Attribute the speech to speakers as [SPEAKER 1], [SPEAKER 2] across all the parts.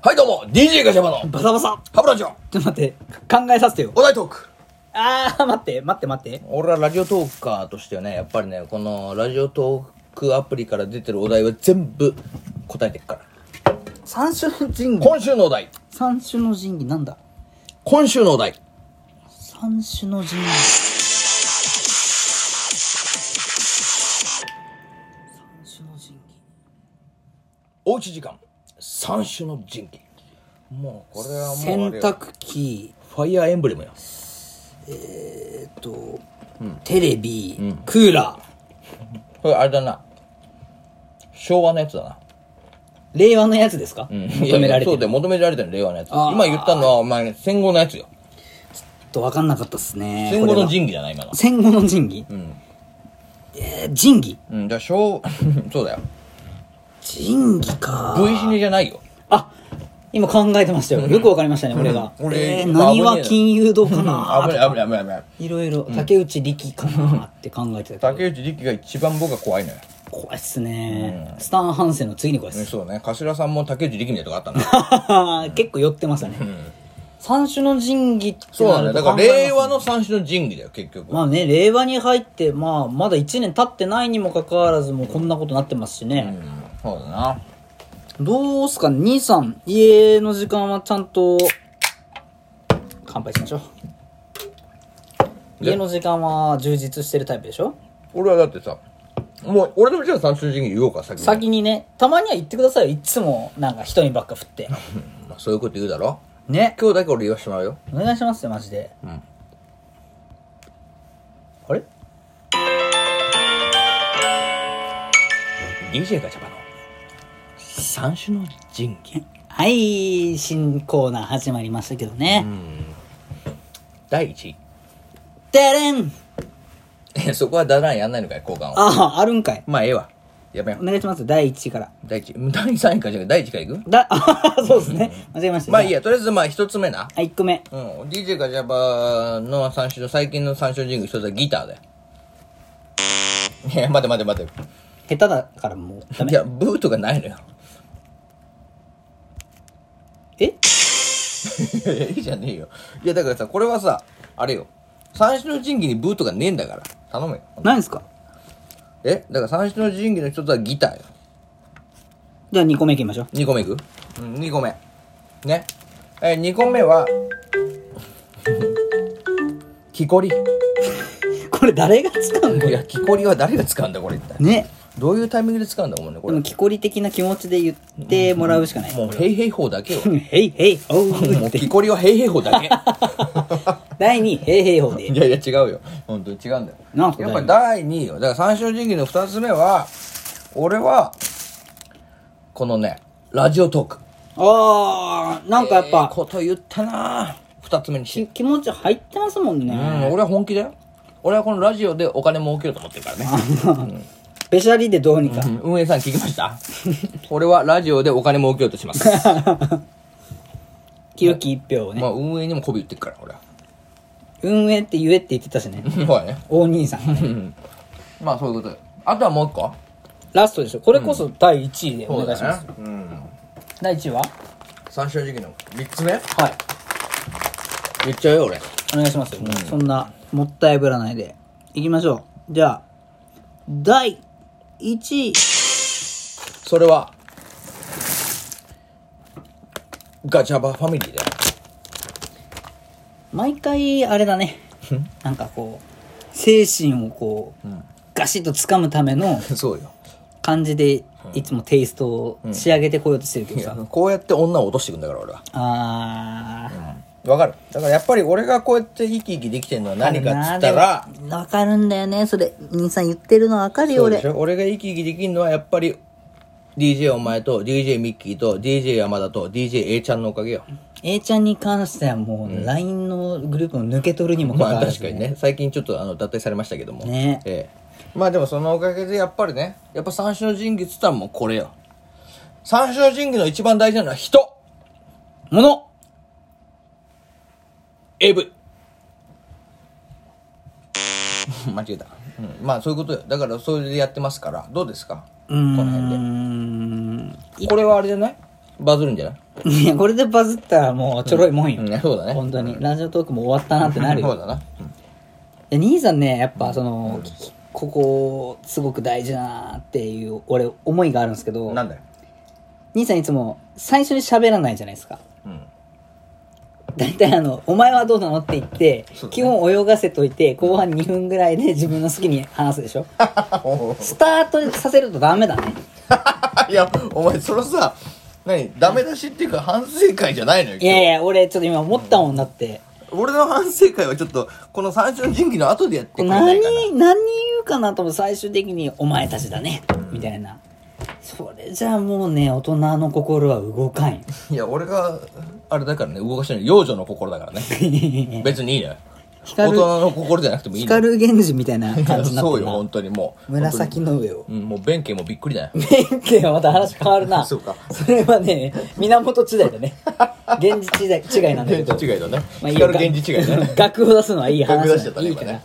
[SPEAKER 1] はいどうも DJ ガチャバの
[SPEAKER 2] バサバサ
[SPEAKER 1] ハブラジオ
[SPEAKER 2] ちょっと待って、考えさせてよ。
[SPEAKER 1] お題トーク
[SPEAKER 2] あー、待って、待って待って。
[SPEAKER 1] 俺はラジオトーカーとしてはねやっぱりねこのラジオトークアプリから出てるお題は全部答えていくから
[SPEAKER 2] 三種の神器。
[SPEAKER 1] 今週のお題
[SPEAKER 2] 三種の神器なんだ
[SPEAKER 1] 今週のお題
[SPEAKER 2] 三種の神器。三種の神器。
[SPEAKER 1] おうち時間三種の神器もうこれはもう
[SPEAKER 2] 洗濯機、
[SPEAKER 1] ファイアーエンブレムよ
[SPEAKER 2] えっと、テレビ、クーラー。
[SPEAKER 1] これあれだな昭和のやつだな
[SPEAKER 2] 令和のやつですか、求められて
[SPEAKER 1] そう
[SPEAKER 2] る。ち
[SPEAKER 1] で
[SPEAKER 2] ょ
[SPEAKER 1] 求められてる令和のやつ
[SPEAKER 2] あー
[SPEAKER 1] 今言ったのはお前戦後のやつよ
[SPEAKER 2] っとわかんなかったっすね。
[SPEAKER 1] 戦後
[SPEAKER 2] これ
[SPEAKER 1] の
[SPEAKER 2] は
[SPEAKER 1] 神器だな今の
[SPEAKER 2] 戦後の神器、えー神器
[SPEAKER 1] うんじゃあ昭 そうだよ
[SPEAKER 2] 神器か
[SPEAKER 1] V シネじゃないよ
[SPEAKER 2] あ今考えてましたよ。よくわかりましたね、俺が。
[SPEAKER 1] 俺
[SPEAKER 2] えー、何
[SPEAKER 1] 危ねえ
[SPEAKER 2] は
[SPEAKER 1] な
[SPEAKER 2] 金融道か
[SPEAKER 1] 危
[SPEAKER 2] な
[SPEAKER 1] ない危ない危ない危ない
[SPEAKER 2] いろいろ、竹内力かなって考えてたけど。
[SPEAKER 1] 竹内力が一番僕は怖いのよ
[SPEAKER 2] 怖いっすね、スタン・ハンセンの次に怖いっす。
[SPEAKER 1] そうね頭さんも竹内力みたいなとこあったな
[SPEAKER 2] 結構寄ってましたね。三種の神器って
[SPEAKER 1] そう
[SPEAKER 2] な
[SPEAKER 1] なんだ
[SPEAKER 2] る
[SPEAKER 1] よ
[SPEAKER 2] と
[SPEAKER 1] だ
[SPEAKER 2] 考
[SPEAKER 1] から
[SPEAKER 2] えますね
[SPEAKER 1] 令和の三種の神器だよ結局
[SPEAKER 2] まあね、令和に入って、まあ、まだ1年経ってないにもかかわらず、もうこんなことなってますし
[SPEAKER 1] う
[SPEAKER 2] ね。
[SPEAKER 1] んそうだな
[SPEAKER 2] どうすか、兄さん、家の時間はちゃんと、乾杯しましょう。
[SPEAKER 1] で
[SPEAKER 2] 家の時間は充実してるタイプでしょ
[SPEAKER 1] 俺はだってさもう俺のじゃあ三種の神器言おうか先に
[SPEAKER 2] 先にねたまには言ってくださいよいつもなんか人にばっか振って
[SPEAKER 1] うんまあそういうこと言うだろ
[SPEAKER 2] ね
[SPEAKER 1] 今日だけ俺言わしてもらうよ
[SPEAKER 2] お願いしますよマジで、
[SPEAKER 1] ん
[SPEAKER 2] あれ
[SPEAKER 1] DJ ガチャバの三種の神器
[SPEAKER 2] はい新コーナー始まりましたけどね
[SPEAKER 1] 第一
[SPEAKER 2] でれん
[SPEAKER 1] 位そこはダダンやんないのかい交換を
[SPEAKER 2] あああるんかい
[SPEAKER 1] まあええわやめよ
[SPEAKER 2] お
[SPEAKER 1] う
[SPEAKER 2] 願いします第1位から
[SPEAKER 1] 第一第3位かじゃあ第1位からいく
[SPEAKER 2] だあそうですね間違えました
[SPEAKER 1] まあいい
[SPEAKER 2] や
[SPEAKER 1] やとりあえずまあ一つ目な
[SPEAKER 2] はい1個目
[SPEAKER 1] うん DJ ガチャバの三種の最近の三種の神器一つはギターだよいや待て待て待て
[SPEAKER 2] 下手だからもうダメ
[SPEAKER 1] いやブートがないのよ
[SPEAKER 2] え
[SPEAKER 1] いやいいじゃねえよいやだからさこれはさあれよ三種の神器にブートがねえんだから頼むよ
[SPEAKER 2] 何ですか
[SPEAKER 1] えだから三種の神器の一つはギターよ
[SPEAKER 2] じゃあ2個目いきましょう
[SPEAKER 1] 2個目いくうん2個目ねえ2個目は 木こりい
[SPEAKER 2] これ誰が使うのこれ
[SPEAKER 1] や木こりは誰が使うんだこれ一体
[SPEAKER 2] ね
[SPEAKER 1] どういうタイミングで使うんだもんねこ
[SPEAKER 2] で
[SPEAKER 1] れ
[SPEAKER 2] も木こり的な気持ちで言ってもらうしかない、
[SPEAKER 1] もうヘイヘイ法だけ よ
[SPEAKER 2] へいへいおう
[SPEAKER 1] もう木こりはヘイヘイ法 だけ
[SPEAKER 2] 第2位平平法で
[SPEAKER 1] いやいや違うよ本当に違うんだよ
[SPEAKER 2] なんすか
[SPEAKER 1] やっぱり第2位よだから三種の神器の2つ目は俺はこのねラジオトーク
[SPEAKER 2] ああなんかやっ
[SPEAKER 1] ええ
[SPEAKER 2] ぱ、
[SPEAKER 1] こと言ったな2つ目にして
[SPEAKER 2] き気持ち入ってますもん
[SPEAKER 1] う
[SPEAKER 2] ね、
[SPEAKER 1] ん、俺は本気だよ。俺はこのラジオでお金儲けようと思ってるからね。
[SPEAKER 2] べしゃりでどうにか、
[SPEAKER 1] うん運営さん聞きました俺はラジオでお金儲けようとします。
[SPEAKER 2] 清き一票をね、
[SPEAKER 1] まあ運営にも媚び売ってるから、俺は。
[SPEAKER 2] 運営って言えって言ってたしね
[SPEAKER 1] そうやね。
[SPEAKER 2] 大兄さんがね
[SPEAKER 1] まあそういうことよあとはもう一個
[SPEAKER 2] ラストでしょこれこそ第1位でお願いします、
[SPEAKER 1] そうだね。うん。
[SPEAKER 2] 第1位は
[SPEAKER 1] 三種の時期の三つ目
[SPEAKER 2] はい
[SPEAKER 1] 言っちゃうよ、俺。
[SPEAKER 2] お願いしますよ、そんなもったいぶらないでいきましょうじゃあ第1位
[SPEAKER 1] それは、ガチャバファミリーだよ。
[SPEAKER 2] 毎回あれだねなんかこう精神をこう、ガシッと掴むための
[SPEAKER 1] そうよ。
[SPEAKER 2] 感じでいつもテイストを仕上げてこようとしてるけどさ、
[SPEAKER 1] こうやって女を落としていくんだから、俺は。
[SPEAKER 2] あー
[SPEAKER 1] わかるだからやっぱり俺がこうやって生き生きできてるのは何かっつったら、
[SPEAKER 2] わかるんだよねそれ兄さん言ってるのわかるよ
[SPEAKER 1] そうで
[SPEAKER 2] 俺
[SPEAKER 1] しょ俺が生き生きできるのはやっぱり DJ お前と DJ ミッキーと DJ 山田と DJA ちゃんのおかげよ
[SPEAKER 2] A ちゃんに関してはもう LINE のグループの抜け取るにもかか
[SPEAKER 1] まあ
[SPEAKER 2] わら
[SPEAKER 1] 確
[SPEAKER 2] ず、
[SPEAKER 1] かにね最近ちょっとあの脱退されましたけども
[SPEAKER 2] ね
[SPEAKER 1] ええまあでもそのおかげでやっぱりねやっぱ三種の神器っつったらもうこれよ三種の神器の一番大事なのは人
[SPEAKER 2] 物
[SPEAKER 1] AV 間違えた、うん、まあそういうことよだからそれでやってますからどうですか
[SPEAKER 2] うーん
[SPEAKER 1] これはあれじゃないバズるんじゃない
[SPEAKER 2] い や、これでバズったらもうちょろいもんよ。
[SPEAKER 1] うんそうだね
[SPEAKER 2] 本当に。ラジオトークも終わったなってなる
[SPEAKER 1] そう
[SPEAKER 2] よ。
[SPEAKER 1] だな。
[SPEAKER 2] いや兄さんね、やっぱその、きここ、すごく大事だなっていう、俺、思いがあるんですけ
[SPEAKER 1] う
[SPEAKER 2] ど
[SPEAKER 1] ん、なんだよ。
[SPEAKER 2] 兄さんいつも最初に喋らないじゃないですか。
[SPEAKER 1] うん。
[SPEAKER 2] 大体あの、お前はどうなのって言って、
[SPEAKER 1] そうだね
[SPEAKER 2] 基本泳がせといて、後半2分ぐらいで自分の好きに話すでしょスタートさせるとダメだね。
[SPEAKER 1] いや、お前、そのさ、何ダメ出しっていうか反省会じゃないのよ。
[SPEAKER 2] いやいや、俺ちょっと今思ったもんだって。
[SPEAKER 1] 俺の反省会はちょっと、この三種の神器の後でやってくれない
[SPEAKER 2] 何
[SPEAKER 1] かな。
[SPEAKER 2] 何言うかなと思って最終的に「お前たちだね」みたいなそれじゃあもうね大人の心は動かんよ
[SPEAKER 1] いや、俺が、あれだからね、動かしてない。幼女の心だから ね。別にいいのよ。大
[SPEAKER 2] 光る
[SPEAKER 1] 人の心じゃなくてもいいのよ。
[SPEAKER 2] 光源氏みたいな感じになっ
[SPEAKER 1] そ
[SPEAKER 2] て
[SPEAKER 1] う
[SPEAKER 2] る
[SPEAKER 1] よ、
[SPEAKER 2] な
[SPEAKER 1] 本当にもう。
[SPEAKER 2] 紫の上を
[SPEAKER 1] うん、もう弁慶もびっくりだよ。
[SPEAKER 2] 弁慶はまた話変わるな
[SPEAKER 1] そうか
[SPEAKER 2] それはね源時代だね現実時代違いなんだけ
[SPEAKER 1] 現
[SPEAKER 2] ど
[SPEAKER 1] 地違いだね。
[SPEAKER 2] まあいいよ
[SPEAKER 1] 光る現地違いだね。
[SPEAKER 2] 楽を出すのはいい話
[SPEAKER 1] 楽出しちゃった
[SPEAKER 2] だ
[SPEAKER 1] ね
[SPEAKER 2] いいから
[SPEAKER 1] 今ね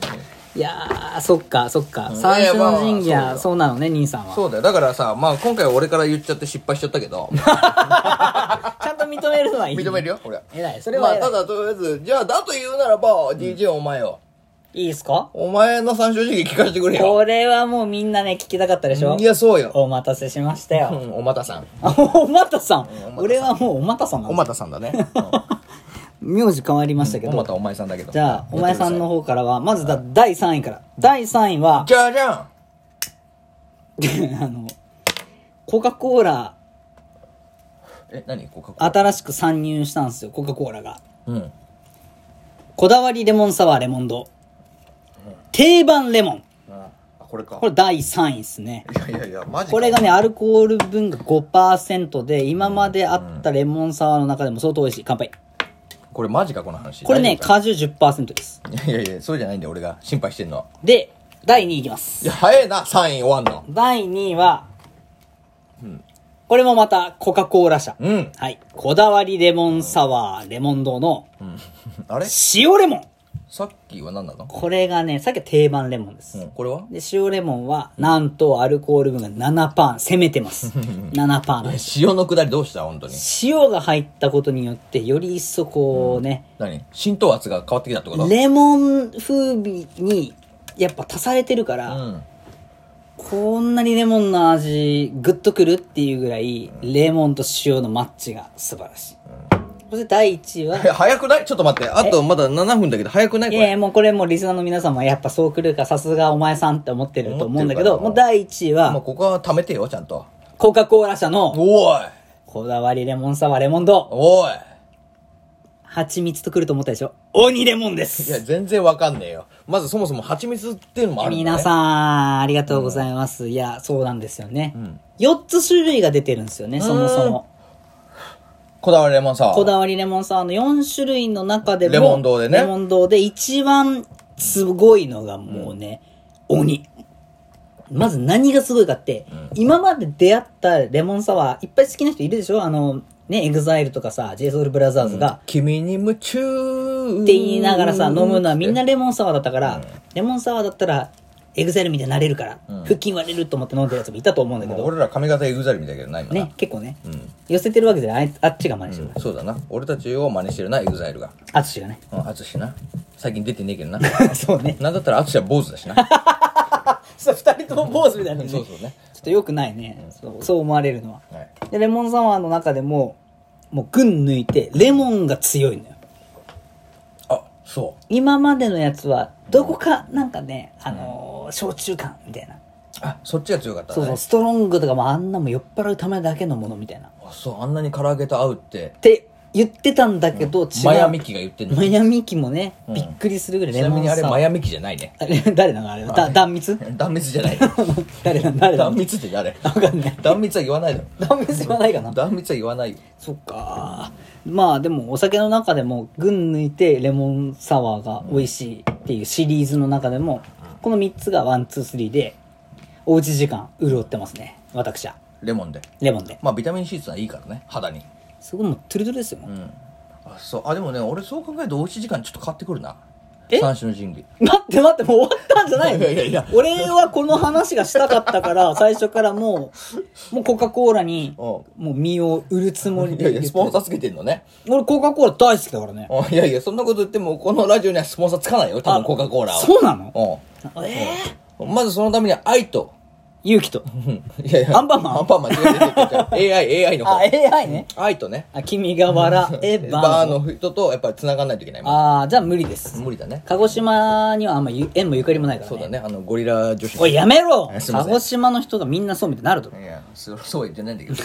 [SPEAKER 2] いやーそっかそっか
[SPEAKER 1] ん
[SPEAKER 2] 三種の
[SPEAKER 1] い
[SPEAKER 2] 神器
[SPEAKER 1] やまあ
[SPEAKER 2] はそうなのね兄さんは
[SPEAKER 1] そうだよ。だからさ、まあ今回は俺から言っちゃって失敗しちゃったけど、
[SPEAKER 2] ちゃんと認めるのはいい
[SPEAKER 1] 認めるよ、俺。
[SPEAKER 2] 偉 いそれ
[SPEAKER 1] ま
[SPEAKER 2] は
[SPEAKER 1] あ
[SPEAKER 2] 偉い
[SPEAKER 1] ただとりあえず、じゃあだと言うならば、DJ お前よ。
[SPEAKER 2] いいですか
[SPEAKER 1] お前の三正直聞かせてくれよ。
[SPEAKER 2] これはもうみんなね、聞きたかったでしょ
[SPEAKER 1] いや、そうよ。
[SPEAKER 2] お待たせしました
[SPEAKER 1] う
[SPEAKER 2] よ。
[SPEAKER 1] ん、おまたさん。
[SPEAKER 2] おまたさん俺はもうおまたさんな
[SPEAKER 1] お
[SPEAKER 2] んで
[SPEAKER 1] またさんだね。 うん
[SPEAKER 2] 名字変わりましたけ
[SPEAKER 1] おま
[SPEAKER 2] ど。
[SPEAKER 1] たお前さんだけど。
[SPEAKER 2] じゃあ、お前さんの方からは、まずだ、第3位から。第3位は、
[SPEAKER 1] じゃじゃん
[SPEAKER 2] あの、コカ・コーラ、
[SPEAKER 1] え、何こうか
[SPEAKER 2] 新しく参入したんですよ、コカ・コーラが。
[SPEAKER 1] うん。
[SPEAKER 2] こだわりレモンサワーレモンド。定番レモン。
[SPEAKER 1] あ、これか。
[SPEAKER 2] これ第3位ですね。
[SPEAKER 1] いやいやいや、マジか
[SPEAKER 2] これがね、アルコール分が5%で、今まであったレモンサワーの中でも相当美味しい。乾杯。
[SPEAKER 1] これマジか、この話。
[SPEAKER 2] これね、
[SPEAKER 1] 大丈
[SPEAKER 2] 果汁10%です。
[SPEAKER 1] 夫か いやいやいや、そうじゃないんだよ、俺が心配してんのは。
[SPEAKER 2] で、第2位いきます。
[SPEAKER 1] いや、早えな、3位終わんの。
[SPEAKER 2] 第2位は、これもまたコカ・コーラ社。
[SPEAKER 1] うん。
[SPEAKER 2] はい。こだわりレモンサワーレモン堂の
[SPEAKER 1] うん。 あれ
[SPEAKER 2] 塩レモン。
[SPEAKER 1] さっきは何なの
[SPEAKER 2] これがね、さっきは定番レモンです。
[SPEAKER 1] うん、これは
[SPEAKER 2] で、塩レモンは、なんとアルコール分が7%パー、攻めてます。7%パーなんです。
[SPEAKER 1] 塩のくだりどうした本当に。
[SPEAKER 2] 塩が入ったことによって、より一層こうね、
[SPEAKER 1] 何浸透圧が変わってきたってこと
[SPEAKER 2] レモン風味に、やっぱ足されてるから、
[SPEAKER 1] うん。
[SPEAKER 2] こんなにレモンの味グッとくるっていうぐらいレモンと塩のマッチが素晴らしい、そして第1位は
[SPEAKER 1] え早くないちょっと待って。あとまだ7分だけど、早くない
[SPEAKER 2] い
[SPEAKER 1] こ
[SPEAKER 2] やい
[SPEAKER 1] れ。
[SPEAKER 2] やもうこれもうリスナーの皆さんもやっぱそうくるかさすがお前さんって思ってると思うんだけど
[SPEAKER 1] 思
[SPEAKER 2] も
[SPEAKER 1] っ
[SPEAKER 2] う
[SPEAKER 1] てるか
[SPEAKER 2] 第1位
[SPEAKER 1] もう
[SPEAKER 2] は
[SPEAKER 1] ここは貯めてよ、ちゃんと。
[SPEAKER 2] コカ・コーラ社の
[SPEAKER 1] おい
[SPEAKER 2] こだわりレモンサワーレモンド
[SPEAKER 1] おい
[SPEAKER 2] 蜂蜜とくると思ったでしょ鬼レモン
[SPEAKER 1] い
[SPEAKER 2] で
[SPEAKER 1] や、
[SPEAKER 2] す
[SPEAKER 1] 全然わかんねえよ。まずそもそも蜂蜜っていうのもあるんだ、ね。
[SPEAKER 2] 皆さ
[SPEAKER 1] ん。
[SPEAKER 2] んありがとうございます、いやそうなんですよね、4つ種類が出てるんですよねそもそも
[SPEAKER 1] こだわりレモンサワー。
[SPEAKER 2] こだわりレモンサワーの4種類の中でも、
[SPEAKER 1] レモン堂でね
[SPEAKER 2] レモン堂で一番すごいのがもうね、鬼。まず何がすごいかって、今まで出会ったレモンサワー、いっぱい好きな人いるでしょあの、ね、エグザイルとかさ、JSOULBROTHERS が、
[SPEAKER 1] 君に夢中
[SPEAKER 2] って言いながらさ、飲むのはみんなレモンサワーだったから、レモンサワーだったら、エグザイルみたいになれるから、腹筋割れると思って飲んでるやつもいたと思うんだけ
[SPEAKER 1] もう
[SPEAKER 2] ど、
[SPEAKER 1] 俺ら髪型エグザイルみたいだけどないもんな。
[SPEAKER 2] ね、結構ね、寄せてるわけじゃない、あっちが真似してる。
[SPEAKER 1] そうだな。俺たちを真似してるな、エグザイルが。
[SPEAKER 2] あつしがね。
[SPEAKER 1] うん、アツシな。最近出てねえけどな。
[SPEAKER 2] そう ね。
[SPEAKER 1] なんだったらアツシは坊主だしな。
[SPEAKER 2] そう二人とも 坊主みたいな、ね、
[SPEAKER 1] そうそうね
[SPEAKER 2] ちょっとよくないね、そうそう思われるのは、
[SPEAKER 1] はい
[SPEAKER 2] でレモンサワーの中でももう群抜いてレモンが強いのよ
[SPEAKER 1] あ、そ
[SPEAKER 2] 今までのやつはどこかなんかね、あのー焼酎感みたいな、
[SPEAKER 1] う。あ、そっちが強かったね。
[SPEAKER 2] そうそうストロングとかもあんなもん酔っ払うためだけのものみたいなっ
[SPEAKER 1] あそう、あんなに唐揚げと合うって、
[SPEAKER 2] て言ってたんだけど、違う
[SPEAKER 1] マヤミキが言ってんの。
[SPEAKER 2] マヤミキもね、びっくりするぐらい
[SPEAKER 1] ち
[SPEAKER 2] レ
[SPEAKER 1] な
[SPEAKER 2] モ
[SPEAKER 1] み
[SPEAKER 2] ン
[SPEAKER 1] に
[SPEAKER 2] サ
[SPEAKER 1] あれマ
[SPEAKER 2] ワー
[SPEAKER 1] ヤミキじゃないね。
[SPEAKER 2] あれ 誰なのあれはだ断 蜜
[SPEAKER 1] 断蜜じゃない。
[SPEAKER 2] 誰なの誰な
[SPEAKER 1] 断
[SPEAKER 2] の
[SPEAKER 1] 蜜って誰
[SPEAKER 2] わかんない
[SPEAKER 1] 断蜜は言わないだろ。
[SPEAKER 2] 断蜜言わないかな
[SPEAKER 1] 断蜜は言わないよ。
[SPEAKER 2] そっかまあでもお酒の中でも群抜いてレモンサワーが美味しいっていうシリーズの中でもこの3つがワンツースリーでおうち時間潤ってますね私は
[SPEAKER 1] レモンで。
[SPEAKER 2] レモンで
[SPEAKER 1] まあビタミン C ってのはいいからね、肌に。
[SPEAKER 2] すごいもうトゥルトゥルですよ、
[SPEAKER 1] うん。あ、そう。あ、でもね、俺そう考えるとおうち時間ちょっと変わってくるな。
[SPEAKER 2] え
[SPEAKER 1] 三種の神器。
[SPEAKER 2] 待って待って、もう終わったんじゃない
[SPEAKER 1] い
[SPEAKER 2] の
[SPEAKER 1] やいやいや
[SPEAKER 2] 俺はこの話がしたかったから、最初からもう、もうコカ・コーラに、
[SPEAKER 1] うん
[SPEAKER 2] もう身を売るつもり
[SPEAKER 1] いや
[SPEAKER 2] で
[SPEAKER 1] い
[SPEAKER 2] 言
[SPEAKER 1] や、
[SPEAKER 2] って
[SPEAKER 1] スポンサーつけてんのね。
[SPEAKER 2] 俺コカ・コーラ大好きだからね。
[SPEAKER 1] うんいやいや、そんなこと言っても、このラジオにはスポンサーつかないよ、多分コカ・コーラは。
[SPEAKER 2] そうなの
[SPEAKER 1] う
[SPEAKER 2] え
[SPEAKER 1] ん。まずそのためには愛と、
[SPEAKER 2] ー、勇気と。
[SPEAKER 1] うんいやいや、
[SPEAKER 2] アンパンマン
[SPEAKER 1] アンパンマン違う違う違う AI、AI の
[SPEAKER 2] あ、
[SPEAKER 1] 方。
[SPEAKER 2] AI ね。
[SPEAKER 1] 愛とね、
[SPEAKER 2] あ、君が笑 え
[SPEAKER 1] バ
[SPEAKER 2] ば
[SPEAKER 1] ー。の人とやっぱり繋がんないといけないもん。
[SPEAKER 2] あー、じゃあ無理です。
[SPEAKER 1] 無理だね。
[SPEAKER 2] 鹿児島にはあんまゆ縁もゆかりもないからね。
[SPEAKER 1] そうだね、あの、ゴリラ女子。
[SPEAKER 2] おい、やめろ
[SPEAKER 1] えすいま
[SPEAKER 2] 鹿
[SPEAKER 1] せん
[SPEAKER 2] 児島の人がみんなそうみたいになると
[SPEAKER 1] いや、そ そうは言ってないんだけど。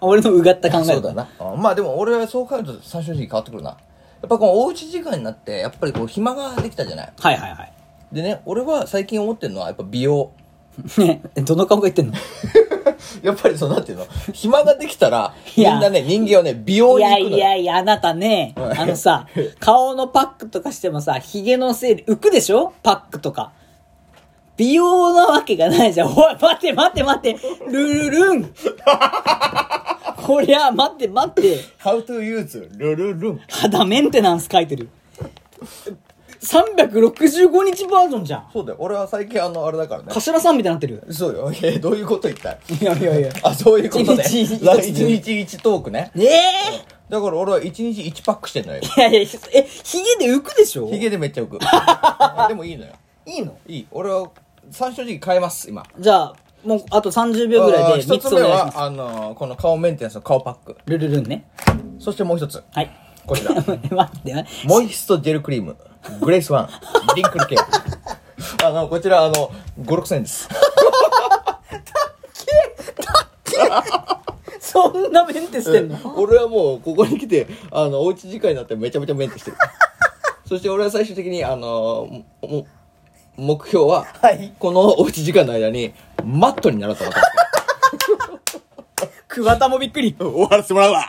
[SPEAKER 2] 俺のうがった考え
[SPEAKER 1] そうだな。あまあでも俺はそう考えると最初の時変わってくるな。やっぱこのおうち時間になって、やっぱりこう暇ができたじゃない。
[SPEAKER 2] はいはいはい
[SPEAKER 1] でね、俺は最近思ってるのはやっぱ美容。
[SPEAKER 2] ねえどの顔が言ってんの
[SPEAKER 1] やっぱりそうなんていうの暇ができたら、
[SPEAKER 2] い
[SPEAKER 1] みん
[SPEAKER 2] や
[SPEAKER 1] なね、人間はね、美容
[SPEAKER 2] い
[SPEAKER 1] に行
[SPEAKER 2] や
[SPEAKER 1] くのよ。
[SPEAKER 2] いやいや、あなたね、
[SPEAKER 1] はい
[SPEAKER 2] あのさ、顔のパックとかしてもさ、髭のせいで浮くでしょパックとか。美容なわけがないじゃん。おい、待って待って待って、ルルル ンこりゃ、待って待って、
[SPEAKER 1] How to use ルルルン。
[SPEAKER 2] 肌メンテナンス書いてる。365日バージョンじゃん。
[SPEAKER 1] そうだよ。俺は最近あの、あれだからね。
[SPEAKER 2] 頭さんみたいになってる。
[SPEAKER 1] そうよ。 えどういうこと言ったい
[SPEAKER 2] いやいやいや。
[SPEAKER 1] あ、そういうことね。
[SPEAKER 2] 一日一
[SPEAKER 1] ライ一日一トークね。
[SPEAKER 2] ええ
[SPEAKER 1] だから俺は一日一パックしてんのよ。
[SPEAKER 2] いやいや、ひえ、ヒゲで浮くでしょ
[SPEAKER 1] ヒゲでめっちゃ浮 く。でもいいのよ。
[SPEAKER 2] いいの
[SPEAKER 1] いい。俺は最初の時変えます、今。
[SPEAKER 2] じゃあ、もうあと30秒ぐらいで
[SPEAKER 1] あー一
[SPEAKER 2] 3つ
[SPEAKER 1] つ
[SPEAKER 2] お
[SPEAKER 1] 目
[SPEAKER 2] 願いしま
[SPEAKER 1] は
[SPEAKER 2] す。
[SPEAKER 1] あのーこの顔メンテナンスの顔パック
[SPEAKER 2] ルルルンね。
[SPEAKER 1] そしてもう一つ
[SPEAKER 2] はい。
[SPEAKER 1] こちら
[SPEAKER 2] 待ってね。
[SPEAKER 1] モイストジェルクリームグレイス ワンリンクルケアあのこちらあの56000円です
[SPEAKER 2] そんなメンテしてんの
[SPEAKER 1] 俺はもうここに来てあのおうち時間になってめちゃめちゃメンテしてる そして俺は最終的にあのーも目標は、
[SPEAKER 2] はい
[SPEAKER 1] このおうち時間の間にマットになろうと思ったんです
[SPEAKER 2] 桑田もびっくり。
[SPEAKER 1] けど 終わらせてもらうわ